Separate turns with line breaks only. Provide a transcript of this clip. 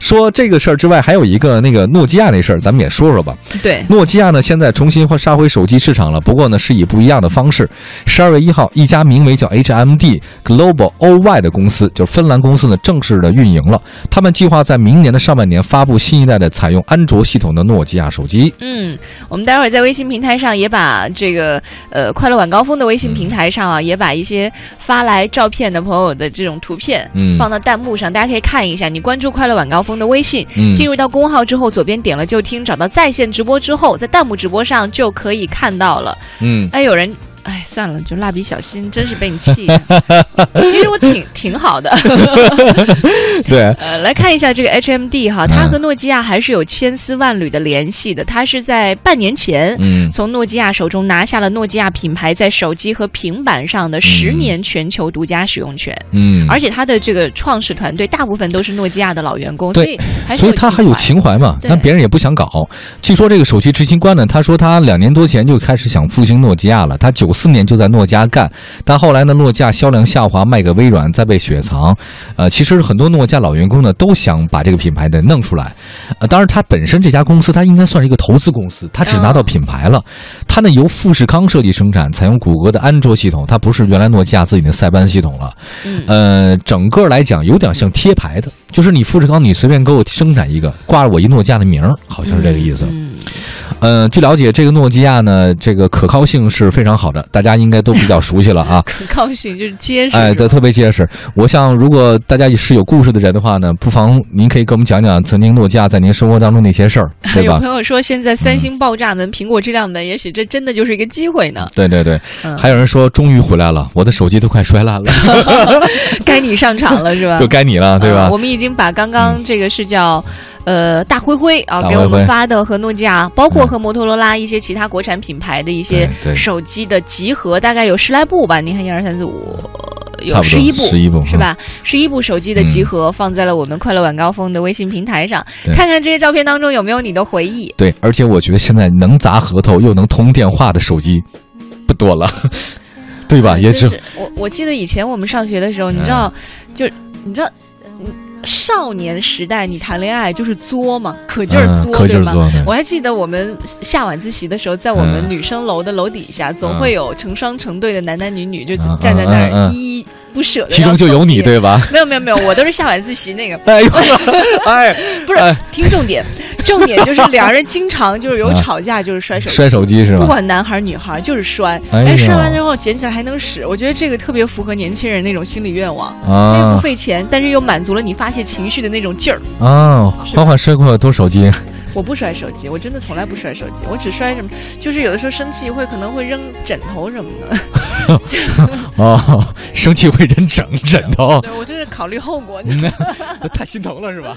说这个事儿之外，还有一个那个诺基亚那事儿，咱们也说说吧。
对，
诺基亚呢，现在重新会杀回手机市场了，不过呢，是以不一样的方式。十二月一号，一家名为叫 HMD Global OY 的公司，就是芬兰公司呢，正式的运营了。他们计划在明年的上半年发布新一代的采用安卓系统的诺基亚手机。
嗯，我们待会儿在微信平台上也把这个呃快乐晚高峰的微
嗯
信平台上啊，也把一些发来照片的朋友的这种图片
嗯
放到弹幕上，大家可以看一下。你关注快乐晚高峰的微信，
嗯
进入到公号之后，左边点了就听，找到在线直播之后，在弹幕直播上就可以看到了。
嗯，
哎，有人。哎，算了，就蜡笔小新，真是被你气的。其实我挺挺好的，
对，
呃，来看一下这个 HMD 哈，它
嗯
和诺基亚还是有千丝万缕的联系的。它是在半年前
嗯
从诺基亚手中拿下了诺基亚品牌在手机和平板上的十年全球独家使用权，
嗯，
而且它的这个创始团队大部分都是诺基亚的老员工，
对
所以还是
所以他还有
情
情
怀
怀嘛，
对
那别人也不想搞。据说这个首席执行官呢，他说他两年多前就开始想复兴诺基亚了，他九四年就在诺基亚干，但后来呢，诺基亚销量下滑，卖给微软，再被雪藏。呃，其实很多诺基亚老员工呢都想把这个品牌得弄出来。呃，当然他本身这家公司它应该算是一个投资公司，它只拿到品牌了。它呢由富士康设计生产，采用谷歌的安卓系统，它不是原来诺基亚自己的塞班系统了。
嗯
呃，整个来讲有点像贴牌的，就是你富士康，你随便给我生产一个，挂着我一诺基亚的名儿，好像是这个意思。
嗯，。
呃，据了解，这个诺基亚呢，这个可靠性是非常好的，大家应该都比较熟悉了啊
可高兴就是结实。
哎，
是吧
这特别结实。我想，如果大家是有故事的人的话呢，不妨您可以给我们讲讲曾经诺基亚在您生活当中那些事儿，对
有
吧嗯
朋？友说，现在三星爆炸门、苹果质量门，也许这真的就是一个机会呢。
对对对，
嗯
还有人说终于回来了，我的手机都快摔烂 了，
该你上场了，是吧？
就该你了，对吧嗯
呃我？们已经把刚刚这个是叫，呃，大灰灰啊
大，灰
给
灰嗯
我们发的和诺基亚，包括和摩托罗拉一些其他国产品牌的一些
对对
手机的集合，大概有十来部吧。你看，一二三四五，
差
有
不
十
多
一部。
十一部嗯
是？吧？十一部手机的集合放在了我们快乐晚高峰的微信平台上，
对
看看这些照片当中有没有你的回忆。
对，而且我觉得现在能砸核桃又能通电话的手机不多了，对吧？也嗯只
真是我我记得以前我们上学的时候，你知道，就是你知道，嗯少年时代你谈恋爱就是作嘛，可劲儿
嗯
作，
可劲
对
儿
吧？
做呢
我。还记得我们下晚自习的时候，在我们
嗯
女生楼的楼底下，总
嗯
会有成双成对的男男女女，就
嗯
站在那
嗯嗯
儿
嗯
依依不舍的。
其中就有你，。对吧？
没有没有没有，我都是下晚自习那个，
哎呦，哎，
不是
哎
听重点，重点就是两人经常就是有
嗯
吵架，就是摔手机，
摔手机是
不
吧？
管男孩儿女孩儿就是摔，
哎呦
哎，摔完之后捡起来还能使，我觉得这个特别符合年轻人那种心理愿望。哎又不
啊
费钱，但是又满足了你发泄情绪的那种劲儿。
啊！欢欢摔过多手机，
我不摔手机，我真的从来不摔手机，我只摔什么，就是有的时候生气会可能会扔枕头什么的。
哦， 生气会人整枕头，
对我就是考虑后果。
嗯太心疼了是吧？